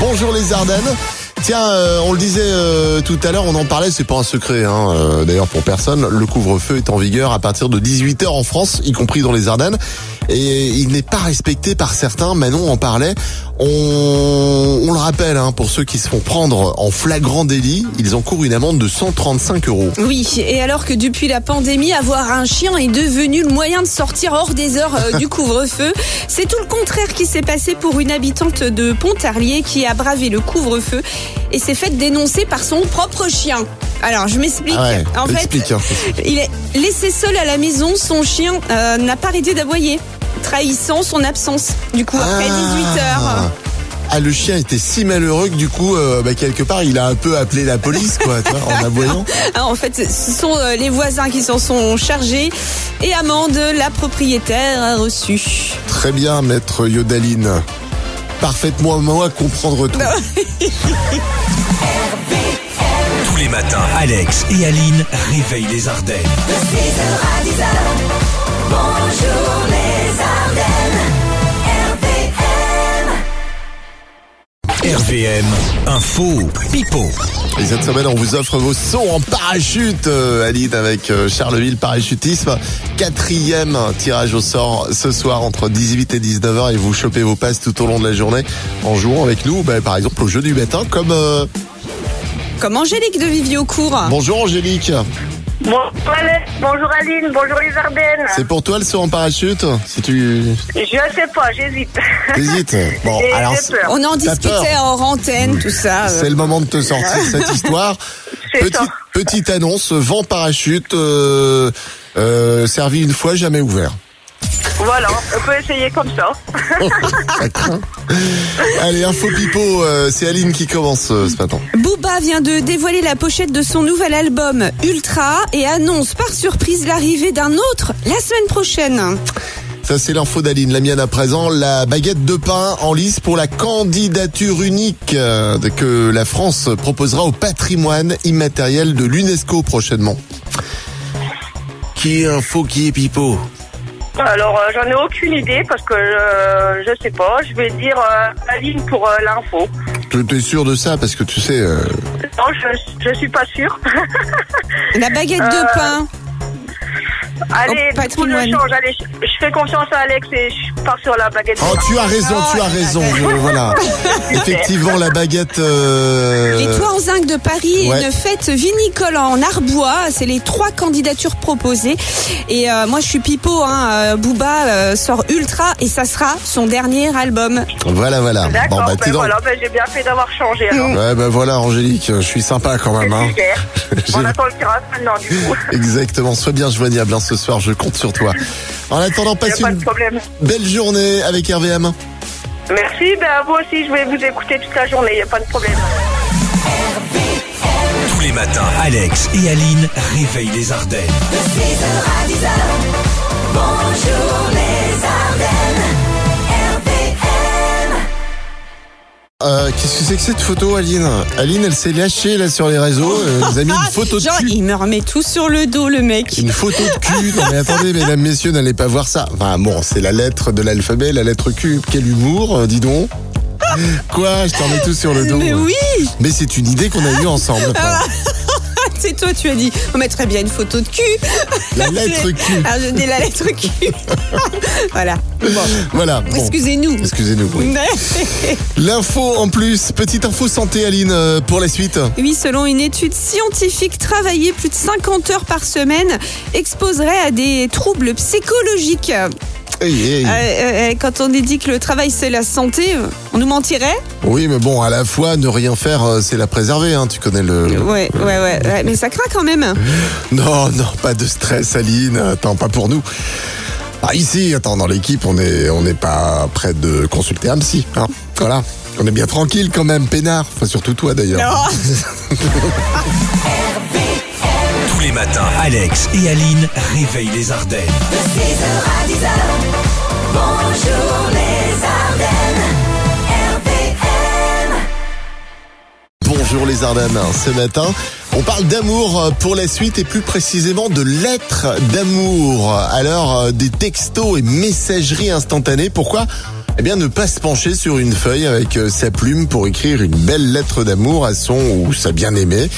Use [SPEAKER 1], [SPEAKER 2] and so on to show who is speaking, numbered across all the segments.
[SPEAKER 1] Bonjour les Ardennes. Tiens, euh, on le disait euh, tout à l'heure, on en parlait, c'est pas un secret, hein, euh, d'ailleurs pour personne. Le couvre-feu est en vigueur à partir de 18h en France, y compris dans les Ardennes. Et il n'est pas respecté par certains, Manon en parlait. On, on le rappelle, hein, pour ceux qui se font prendre en flagrant délit, ils encourent une amende de 135 euros.
[SPEAKER 2] Oui, et alors que depuis la pandémie, avoir un chien est devenu le moyen de sortir hors des heures euh, du couvre-feu, c'est tout le contraire qui s'est passé pour une habitante de Pontarlier qui a bravé le couvre-feu et s'est faite dénoncer par son propre chien. Alors, je m'explique.
[SPEAKER 1] Ah ouais,
[SPEAKER 2] en fait,
[SPEAKER 1] explique, hein.
[SPEAKER 2] il est laissé seul à la maison, son chien euh, n'a pas arrêté d'aboyer, trahissant son absence. Du coup, après 18 heures.
[SPEAKER 1] Ah, le chien était si malheureux que du coup, euh, bah, quelque part, il a un peu appelé la police, quoi, tu vois, en aboyant.
[SPEAKER 2] Ah, en fait, ce sont euh, les voisins qui s'en sont chargés et amende la propriétaire a reçu.
[SPEAKER 1] Très bien, maître Yodaline. Parfaitement moi à comprendre tout.
[SPEAKER 3] Tous les matins, Alex et Aline réveillent les Ardennes.
[SPEAKER 4] Bonjour les Ardennes, RPM.
[SPEAKER 3] RVM, info, pipo.
[SPEAKER 1] Et cette semaine, on vous offre vos sons en parachute, euh, Aline, avec euh, Charleville Parachutisme. Quatrième tirage au sort ce soir entre 18 et 19h et vous chopez vos passes tout au long de la journée en jouant avec nous, bah, par exemple, au jeu du matin, comme... euh,
[SPEAKER 2] Comme Angélique de Viviocourt.
[SPEAKER 5] Ah.
[SPEAKER 1] Bonjour Angélique,
[SPEAKER 5] Bonjour Alex, bonjour Aline, bonjour les Ardennes.
[SPEAKER 1] c'est pour toi le saut en parachute Si tu
[SPEAKER 5] Je sais pas, j'hésite.
[SPEAKER 1] hésites. Bon,
[SPEAKER 5] J'ai-
[SPEAKER 1] alors...
[SPEAKER 5] j'ai peur.
[SPEAKER 2] On en
[SPEAKER 1] T'as
[SPEAKER 2] discutait
[SPEAKER 1] peur
[SPEAKER 2] hors antenne, tout ça.
[SPEAKER 1] C'est le moment de te sortir cette histoire.
[SPEAKER 5] Ah, C'est
[SPEAKER 1] Petite,
[SPEAKER 5] ça.
[SPEAKER 1] petite annonce, vent parachute, euh, euh, servi une fois, jamais ouvert.
[SPEAKER 5] Voilà, on peut essayer comme ça.
[SPEAKER 1] Ça craint. Allez, info pipo, euh, c'est Aline qui commence euh, ce matin.
[SPEAKER 2] Booba vient de dévoiler la pochette de son nouvel album Ultra et annonce par surprise l'arrivée d'un autre la semaine prochaine.
[SPEAKER 1] Ça, c'est l'info d'Aline. La mienne à présent, la baguette de pain en lice pour la candidature unique euh, que la France proposera au patrimoine immatériel de l'UNESCO prochainement. Qui est info, qui est pipo
[SPEAKER 5] Alors, euh, j'en ai aucune idée parce que euh, je sais pas. Je vais dire euh, Aline pour euh, l'info.
[SPEAKER 1] Tu T'es sûr de ça Parce que tu sais... euh,
[SPEAKER 5] Non, je, je suis pas sûre.
[SPEAKER 2] La baguette de pain.
[SPEAKER 5] allez,
[SPEAKER 2] Oh,
[SPEAKER 5] du coup, je
[SPEAKER 2] patrimoine.
[SPEAKER 5] change. Allez, je, je fais confiance à Alex et je pars sur la baguette.
[SPEAKER 1] Oh, tu as raison,
[SPEAKER 2] Oh,
[SPEAKER 1] tu as
[SPEAKER 2] la
[SPEAKER 1] raison. je- voilà. Effectivement, la baguette. euh,
[SPEAKER 2] Les toits en zinc de Paris
[SPEAKER 1] ouais.
[SPEAKER 2] et une fête vinicole en Arbois. C'est les trois candidatures proposées. Et euh, moi, je suis pipo. Hein. Euh, Booba euh, sort Ultra et ça sera son dernier album.
[SPEAKER 1] Voilà, voilà.
[SPEAKER 5] D'accord,
[SPEAKER 1] bah, t'es
[SPEAKER 5] ben
[SPEAKER 1] dans-
[SPEAKER 5] voilà, ben j'ai bien fait d'avoir changé alors.
[SPEAKER 1] Ouais, bah voilà, Angélique, je suis sympa quand même. Hein.
[SPEAKER 5] C'est super. On attend le tirage maintenant, du coup.
[SPEAKER 1] Exactement, sois bien joignable hein, ce soir, je compte sur toi. En attendant,
[SPEAKER 5] Y a
[SPEAKER 1] passe
[SPEAKER 5] pas de
[SPEAKER 1] une
[SPEAKER 5] problème.
[SPEAKER 1] belle journée avec RVM.
[SPEAKER 5] Merci, ben à vous aussi, je vais vous écouter toute la journée, y a pas de problème.
[SPEAKER 3] Tous les matins, Alex et Aline réveillent les Ardennes.
[SPEAKER 4] De 6h à 10h, bonjour les Ardennes, RPM.
[SPEAKER 1] Euh, Qu'est-ce que c'est que cette photo, Aline Aline, elle s'est lâchée là sur les réseaux, euh, elle nous a mis une photo de
[SPEAKER 2] Genre,
[SPEAKER 1] cul.
[SPEAKER 2] Ah, il me remet tout sur le dos, le mec.
[SPEAKER 1] Une photo de cul. Non mais attendez, mesdames, messieurs, n'allez pas voir ça. Enfin bon, c'est la lettre de l'alphabet, la lettre Q. Quel humour, euh, dis donc. Quoi Je t'en mets tout sur le dos.
[SPEAKER 2] Mais oui, Ah,
[SPEAKER 1] Mais c'est une idée qu'on a eue ensemble. Enfin,
[SPEAKER 2] c'est toi, tu as dit. On mettrait bien une photo de cul.
[SPEAKER 1] la lettre Q.
[SPEAKER 2] Ah, je dis la lettre Q. voilà. Bon,
[SPEAKER 1] Voilà. bon.
[SPEAKER 2] excusez-nous.
[SPEAKER 1] Excusez-nous. oui. L'info en plus, petite info santé Aline euh, pour la suite.
[SPEAKER 2] Oui, selon une étude scientifique, travailler plus de 50 heures par semaine exposerait à des troubles psychologiques.
[SPEAKER 1] Hey, hey.
[SPEAKER 2] Euh, euh, euh, quand on est dit que le travail c'est la santé, euh, on nous mentirait
[SPEAKER 1] Oui mais bon à la fois ne rien faire euh, c'est la préserver hein, tu connais le...
[SPEAKER 2] ouais, ouais, ouais, ouais, mais ça craint quand même.
[SPEAKER 1] Non non pas de stress Aline, attends pas pour nous. Ah, ici, attends, dans l'équipe, on n'est on n'est pas prêt de consulter un psy. hein. Voilà, on est bien tranquille quand même, peinard. Enfin, surtout toi d'ailleurs.
[SPEAKER 2] Oh,
[SPEAKER 3] Tous les matins, Alex et Aline réveillent les Ardennes.
[SPEAKER 4] De 6h à 10h, bonjour les Ardennes, RPM.
[SPEAKER 1] Bonjour les Ardennes, hein, ce matin, on parle d'amour euh, pour la suite et plus précisément de lettres d'amour. Alors, euh, des textos et messageries instantanées, pourquoi Eh bien, ne pas se pencher sur une feuille avec euh, sa plume pour écrire une belle lettre d'amour à son ou sa bien-aimée.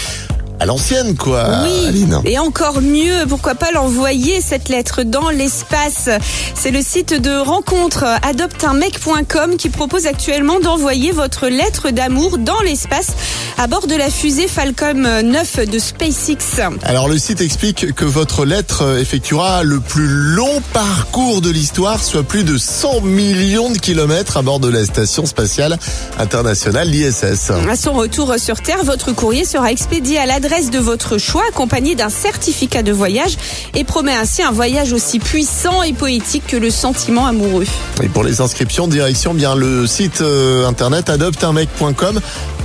[SPEAKER 1] À l'ancienne, quoi,
[SPEAKER 2] Oui,
[SPEAKER 1] Aline.
[SPEAKER 2] et encore mieux, pourquoi pas l'envoyer cette lettre dans l'espace C'est le site de rencontre adopteunmec.com qui propose actuellement d'envoyer votre lettre d'amour dans l'espace à bord de la fusée Falcon 9 de SpaceX.
[SPEAKER 1] Alors, le site explique que votre lettre euh, effectuera le plus long parcours de l'histoire, soit plus de 100 millions de kilomètres à bord de la station spatiale internationale, l'ISS.
[SPEAKER 2] À son retour sur Terre, votre courrier sera expédié à l'adresse de votre choix accompagné d'un certificat de voyage et promet ainsi un voyage aussi puissant et poétique que le sentiment amoureux.
[SPEAKER 1] Et pour les inscriptions, direction bien le site euh, internet adopteunmec.com.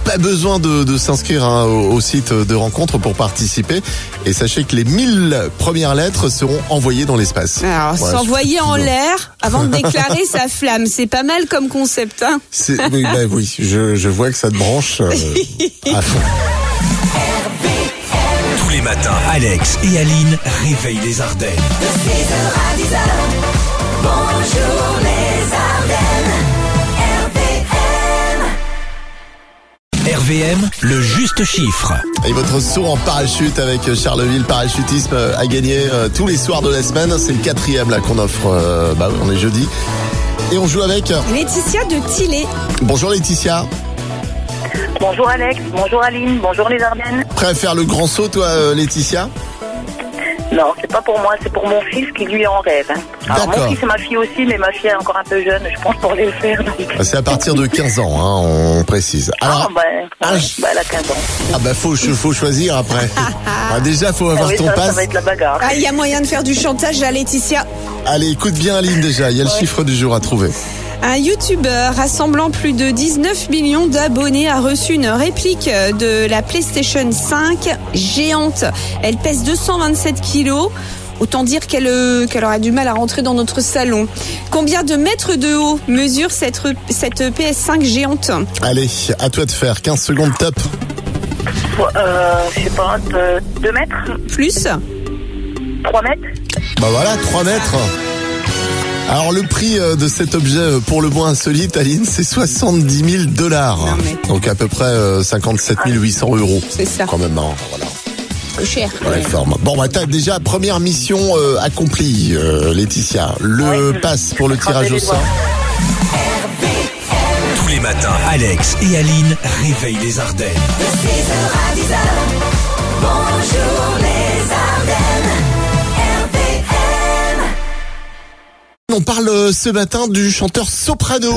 [SPEAKER 1] Pas besoin de, de s'inscrire hein, au, au site de rencontre pour participer. Et sachez que les 1000 premières lettres seront envoyées dans l'espace.
[SPEAKER 2] Alors,
[SPEAKER 1] Ouais,
[SPEAKER 2] s'envoyer en
[SPEAKER 1] c'est-
[SPEAKER 2] l'air avant de déclarer sa flamme, c'est pas mal comme concept, hein
[SPEAKER 1] c'est- Oui, bah oui je, je vois que ça te branche. euh, à fond.
[SPEAKER 3] Tous les matins, Alex et Aline réveillent les Ardennes.
[SPEAKER 4] De 6h à 10h, bonjour les Ardennes, RPM.
[SPEAKER 3] RVM, le juste chiffre.
[SPEAKER 1] Et votre saut en parachute avec Charleville Parachutisme euh, à gagner euh, tous les soirs de la semaine. C'est le quatrième là qu'on offre. euh, bah, oui, on est jeudi. Et on joue avec. euh,
[SPEAKER 2] Laetitia de Tillet.
[SPEAKER 1] Bonjour Laetitia.
[SPEAKER 5] Bonjour Alex, bonjour Aline, bonjour les Ardennes.
[SPEAKER 1] Prêt à faire le grand saut, toi, euh, Laetitia
[SPEAKER 5] Non, c'est pas pour moi, c'est pour mon fils qui lui est en rêve. hein. Alors
[SPEAKER 1] D'accord.
[SPEAKER 5] mon fils et ma fille aussi, mais ma fille est encore un peu jeune, je pense, pour les faire. donc.
[SPEAKER 1] Ah, C'est à partir de 15 ans, hein, on précise.
[SPEAKER 5] Ah,
[SPEAKER 1] Alors,
[SPEAKER 5] bah,
[SPEAKER 1] ah,
[SPEAKER 5] ouais,
[SPEAKER 1] je-
[SPEAKER 5] bah, elle a 15 ans.
[SPEAKER 1] ah bah faut, cho- faut choisir après. Ah, déjà, faut
[SPEAKER 5] Ah
[SPEAKER 1] avoir
[SPEAKER 5] oui,
[SPEAKER 1] ton
[SPEAKER 5] ça, ça
[SPEAKER 1] passe.
[SPEAKER 5] va être la bagarre.
[SPEAKER 2] Ah, il y a moyen de faire du chantage à Laetitia.
[SPEAKER 1] Allez, écoute bien Aline déjà, il y a le chiffre du jour à trouver.
[SPEAKER 2] Un youtubeur rassemblant plus de 19 millions d'abonnés a reçu une réplique de la PlayStation 5 géante. Elle pèse 227 kilos. Autant dire qu'elle euh, qu'elle aura du mal à rentrer dans notre salon. Combien de mètres de haut mesure cette, re- cette PS5 géante
[SPEAKER 1] Allez, à toi de faire, 15 secondes top.
[SPEAKER 5] Euh, je sais pas, 2 mètres,
[SPEAKER 2] Plus
[SPEAKER 5] 3 mètres,
[SPEAKER 1] Bah voilà, 3 mètres. Alors le prix euh, de cet objet euh, pour le moins insolite, Aline, c'est 70 000 dollars.
[SPEAKER 2] mais-
[SPEAKER 1] Donc à peu près euh, 57 800 euros.
[SPEAKER 2] C'est ça.
[SPEAKER 1] Quand même, hein, voilà.
[SPEAKER 2] Cher.
[SPEAKER 1] dans la forme. Bon, bah, t'as déjà première mission euh, accomplie, euh, Laetitia. Le
[SPEAKER 5] Ouais.
[SPEAKER 1] passe pour le
[SPEAKER 5] Croisez
[SPEAKER 1] tirage au
[SPEAKER 5] les
[SPEAKER 1] sort.
[SPEAKER 5] doigts.
[SPEAKER 3] Tous les matins, Alex et Aline réveillent les Ardennes.
[SPEAKER 4] De 6h à 10h, bonjour les Ardennes, RPM.
[SPEAKER 1] On parle euh, ce matin du chanteur soprano.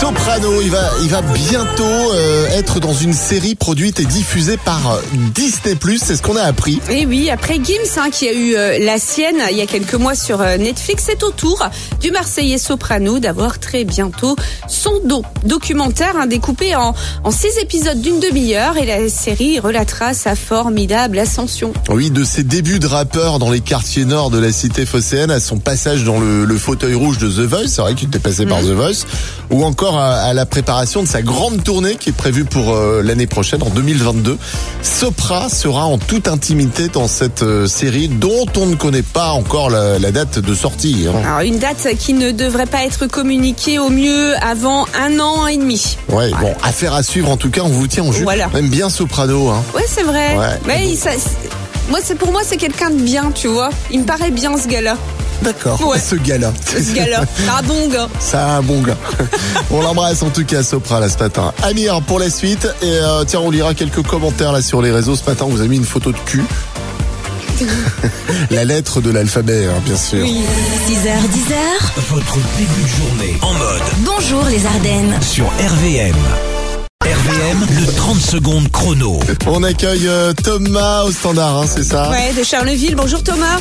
[SPEAKER 1] Soprano, il va, il va bientôt euh, être dans une série produite et diffusée par euh, Disney+. C'est ce qu'on a appris.
[SPEAKER 2] Et Eh oui, après Gims, hein, qui a eu euh, la sienne il y a quelques mois sur euh, Netflix, c'est au tour du Marseillais Soprano d'avoir très bientôt son do- documentaire hein, découpé en, en six épisodes d'une demi-heure et la série relatera sa formidable ascension.
[SPEAKER 1] Oui, de ses débuts de rappeur dans les quartiers nord de la cité phocéenne à son passage dans le, le fauteuil rouge de The Voice, c'est vrai qu'il était passé
[SPEAKER 2] Mhm.
[SPEAKER 1] par The Voice, ou encore à, à la préparation de sa grande tournée qui est prévue pour euh, l'année prochaine, en 2022. Sopra sera en toute intimité dans cette euh, série dont on ne connaît pas encore la, la date de sortie. hein.
[SPEAKER 2] Alors une date qui ne devrait pas être communiquée au mieux avant un an et demi.
[SPEAKER 1] Ouais, bon, affaire à suivre en tout cas, on vous tient en jus.
[SPEAKER 2] Voilà.
[SPEAKER 1] Même bien Soprano, hein.
[SPEAKER 2] Ouais, c'est vrai.
[SPEAKER 1] Ouais.
[SPEAKER 2] Mais il- ça- c'est- moi, c'est pour moi, c'est quelqu'un de bien, tu vois. Il me paraît bien ce gars-là.
[SPEAKER 1] D'accord.
[SPEAKER 2] Ouais.
[SPEAKER 1] Ce gars-là.
[SPEAKER 2] Ce gars-là. Ah bon gars.
[SPEAKER 1] C'est un bon gars. on l'embrasse en tout cas, Sopra, là, ce matin. Amir, pour la suite. Et euh, tiens, on lira quelques commentaires là sur les réseaux. Ce matin, on vous a mis une photo de cul. la lettre de l'alphabet, hein, bien sûr.
[SPEAKER 4] 6h, 10h,
[SPEAKER 3] Votre début de journée en mode
[SPEAKER 4] bonjour les Ardennes.
[SPEAKER 3] sur RVM. RVM, le 30 secondes chrono.
[SPEAKER 1] On accueille euh, Thomas au standard, hein, c'est ça
[SPEAKER 2] Ouais, de Charleville. Bonjour Thomas.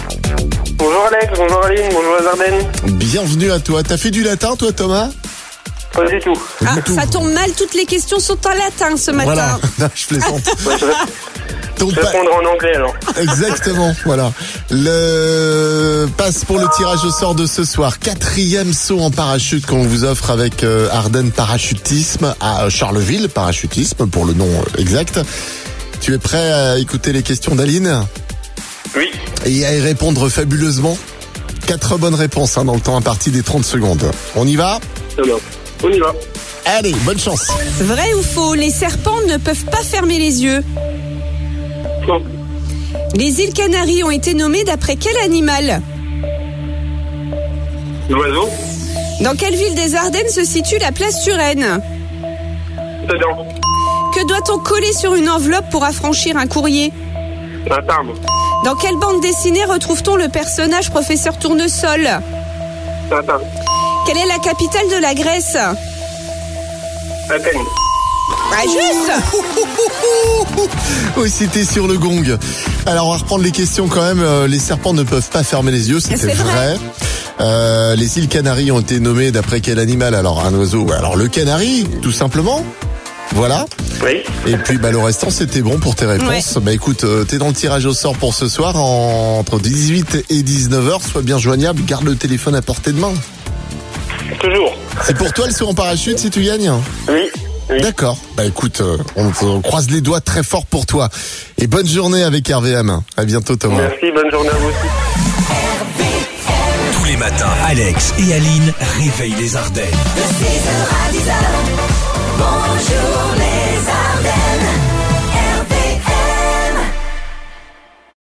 [SPEAKER 6] Bonjour Alex, bonjour Aline, bonjour les Ardennes.
[SPEAKER 1] Bienvenue à toi. T'as fait du latin, toi, Thomas
[SPEAKER 6] Pas du tout.
[SPEAKER 2] Ah,
[SPEAKER 1] Du tout.
[SPEAKER 2] ça tombe mal, toutes les questions sont en latin ce matin.
[SPEAKER 1] Voilà, Non, je plaisante.
[SPEAKER 6] Je vais
[SPEAKER 1] Ton pa-
[SPEAKER 6] répondre en anglais alors.
[SPEAKER 1] Exactement, voilà. Le passe pour le tirage au sort de ce soir. Quatrième saut en parachute qu'on vous offre avec euh, Ardennes Parachutisme à Charleville euh, Parachutisme pour le nom euh, exact. Tu es prêt à écouter les questions d'Aline
[SPEAKER 6] Oui.
[SPEAKER 1] et à y répondre fabuleusement. Quatre bonnes réponses hein, dans le temps imparti des 30 secondes. On y va
[SPEAKER 6] Très bien. On y va.
[SPEAKER 1] Allez, bonne chance.
[SPEAKER 2] Vrai ou faux, les serpents ne peuvent pas fermer les yeux.
[SPEAKER 6] Non.
[SPEAKER 2] Les îles Canaries ont été nommées d'après quel animal
[SPEAKER 6] L'oiseau
[SPEAKER 2] Dans quelle ville des Ardennes se situe la place Turenne
[SPEAKER 6] C'est bien.
[SPEAKER 2] Que doit-on coller sur une enveloppe pour affranchir un courrier
[SPEAKER 6] Un timbre.
[SPEAKER 2] Dans quelle bande dessinée retrouve-t-on le personnage professeur Tournesol
[SPEAKER 6] C'est un timbre.
[SPEAKER 2] Quelle est la capitale de la Grèce Bah,
[SPEAKER 6] Athènes.
[SPEAKER 2] Ah juste
[SPEAKER 1] Oui, c'était sur le gong. Alors, on va reprendre les questions quand même. Euh, Les serpents ne peuvent pas fermer les yeux, c'était
[SPEAKER 2] C'est vrai.
[SPEAKER 1] vrai. Euh, les îles Canaries ont été nommées d'après quel animal Alors, un oiseau. Bah, Alors, le canari, tout simplement. Voilà.
[SPEAKER 6] Oui.
[SPEAKER 1] Et puis, bah, le restant, c'était bon pour tes réponses. Bah, écoute, euh, t'es dans le tirage au sort pour ce soir en- entre 18 et 19h. Sois bien joignable, garde le téléphone à portée de main.
[SPEAKER 6] Toujours.
[SPEAKER 1] C'est pour toi le saut en parachute si tu gagnes hein
[SPEAKER 6] Oui. Oui.
[SPEAKER 1] D'accord. Bah écoute, euh, on, on croise les doigts très fort pour toi. Et bonne journée avec RVM. À bientôt Thomas.
[SPEAKER 6] Merci, bonne journée à vous aussi.
[SPEAKER 3] Tous les matins, Alex et Aline réveillent les Ardennes.
[SPEAKER 4] de 6h à 10h.